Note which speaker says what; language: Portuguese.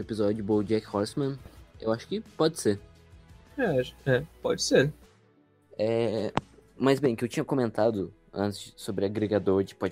Speaker 1: episódio BoJack Horseman, eu acho que pode ser.
Speaker 2: É, acho- é, pode ser.
Speaker 1: É, mas bem, que eu tinha comentado antes sobre agregador de podcast.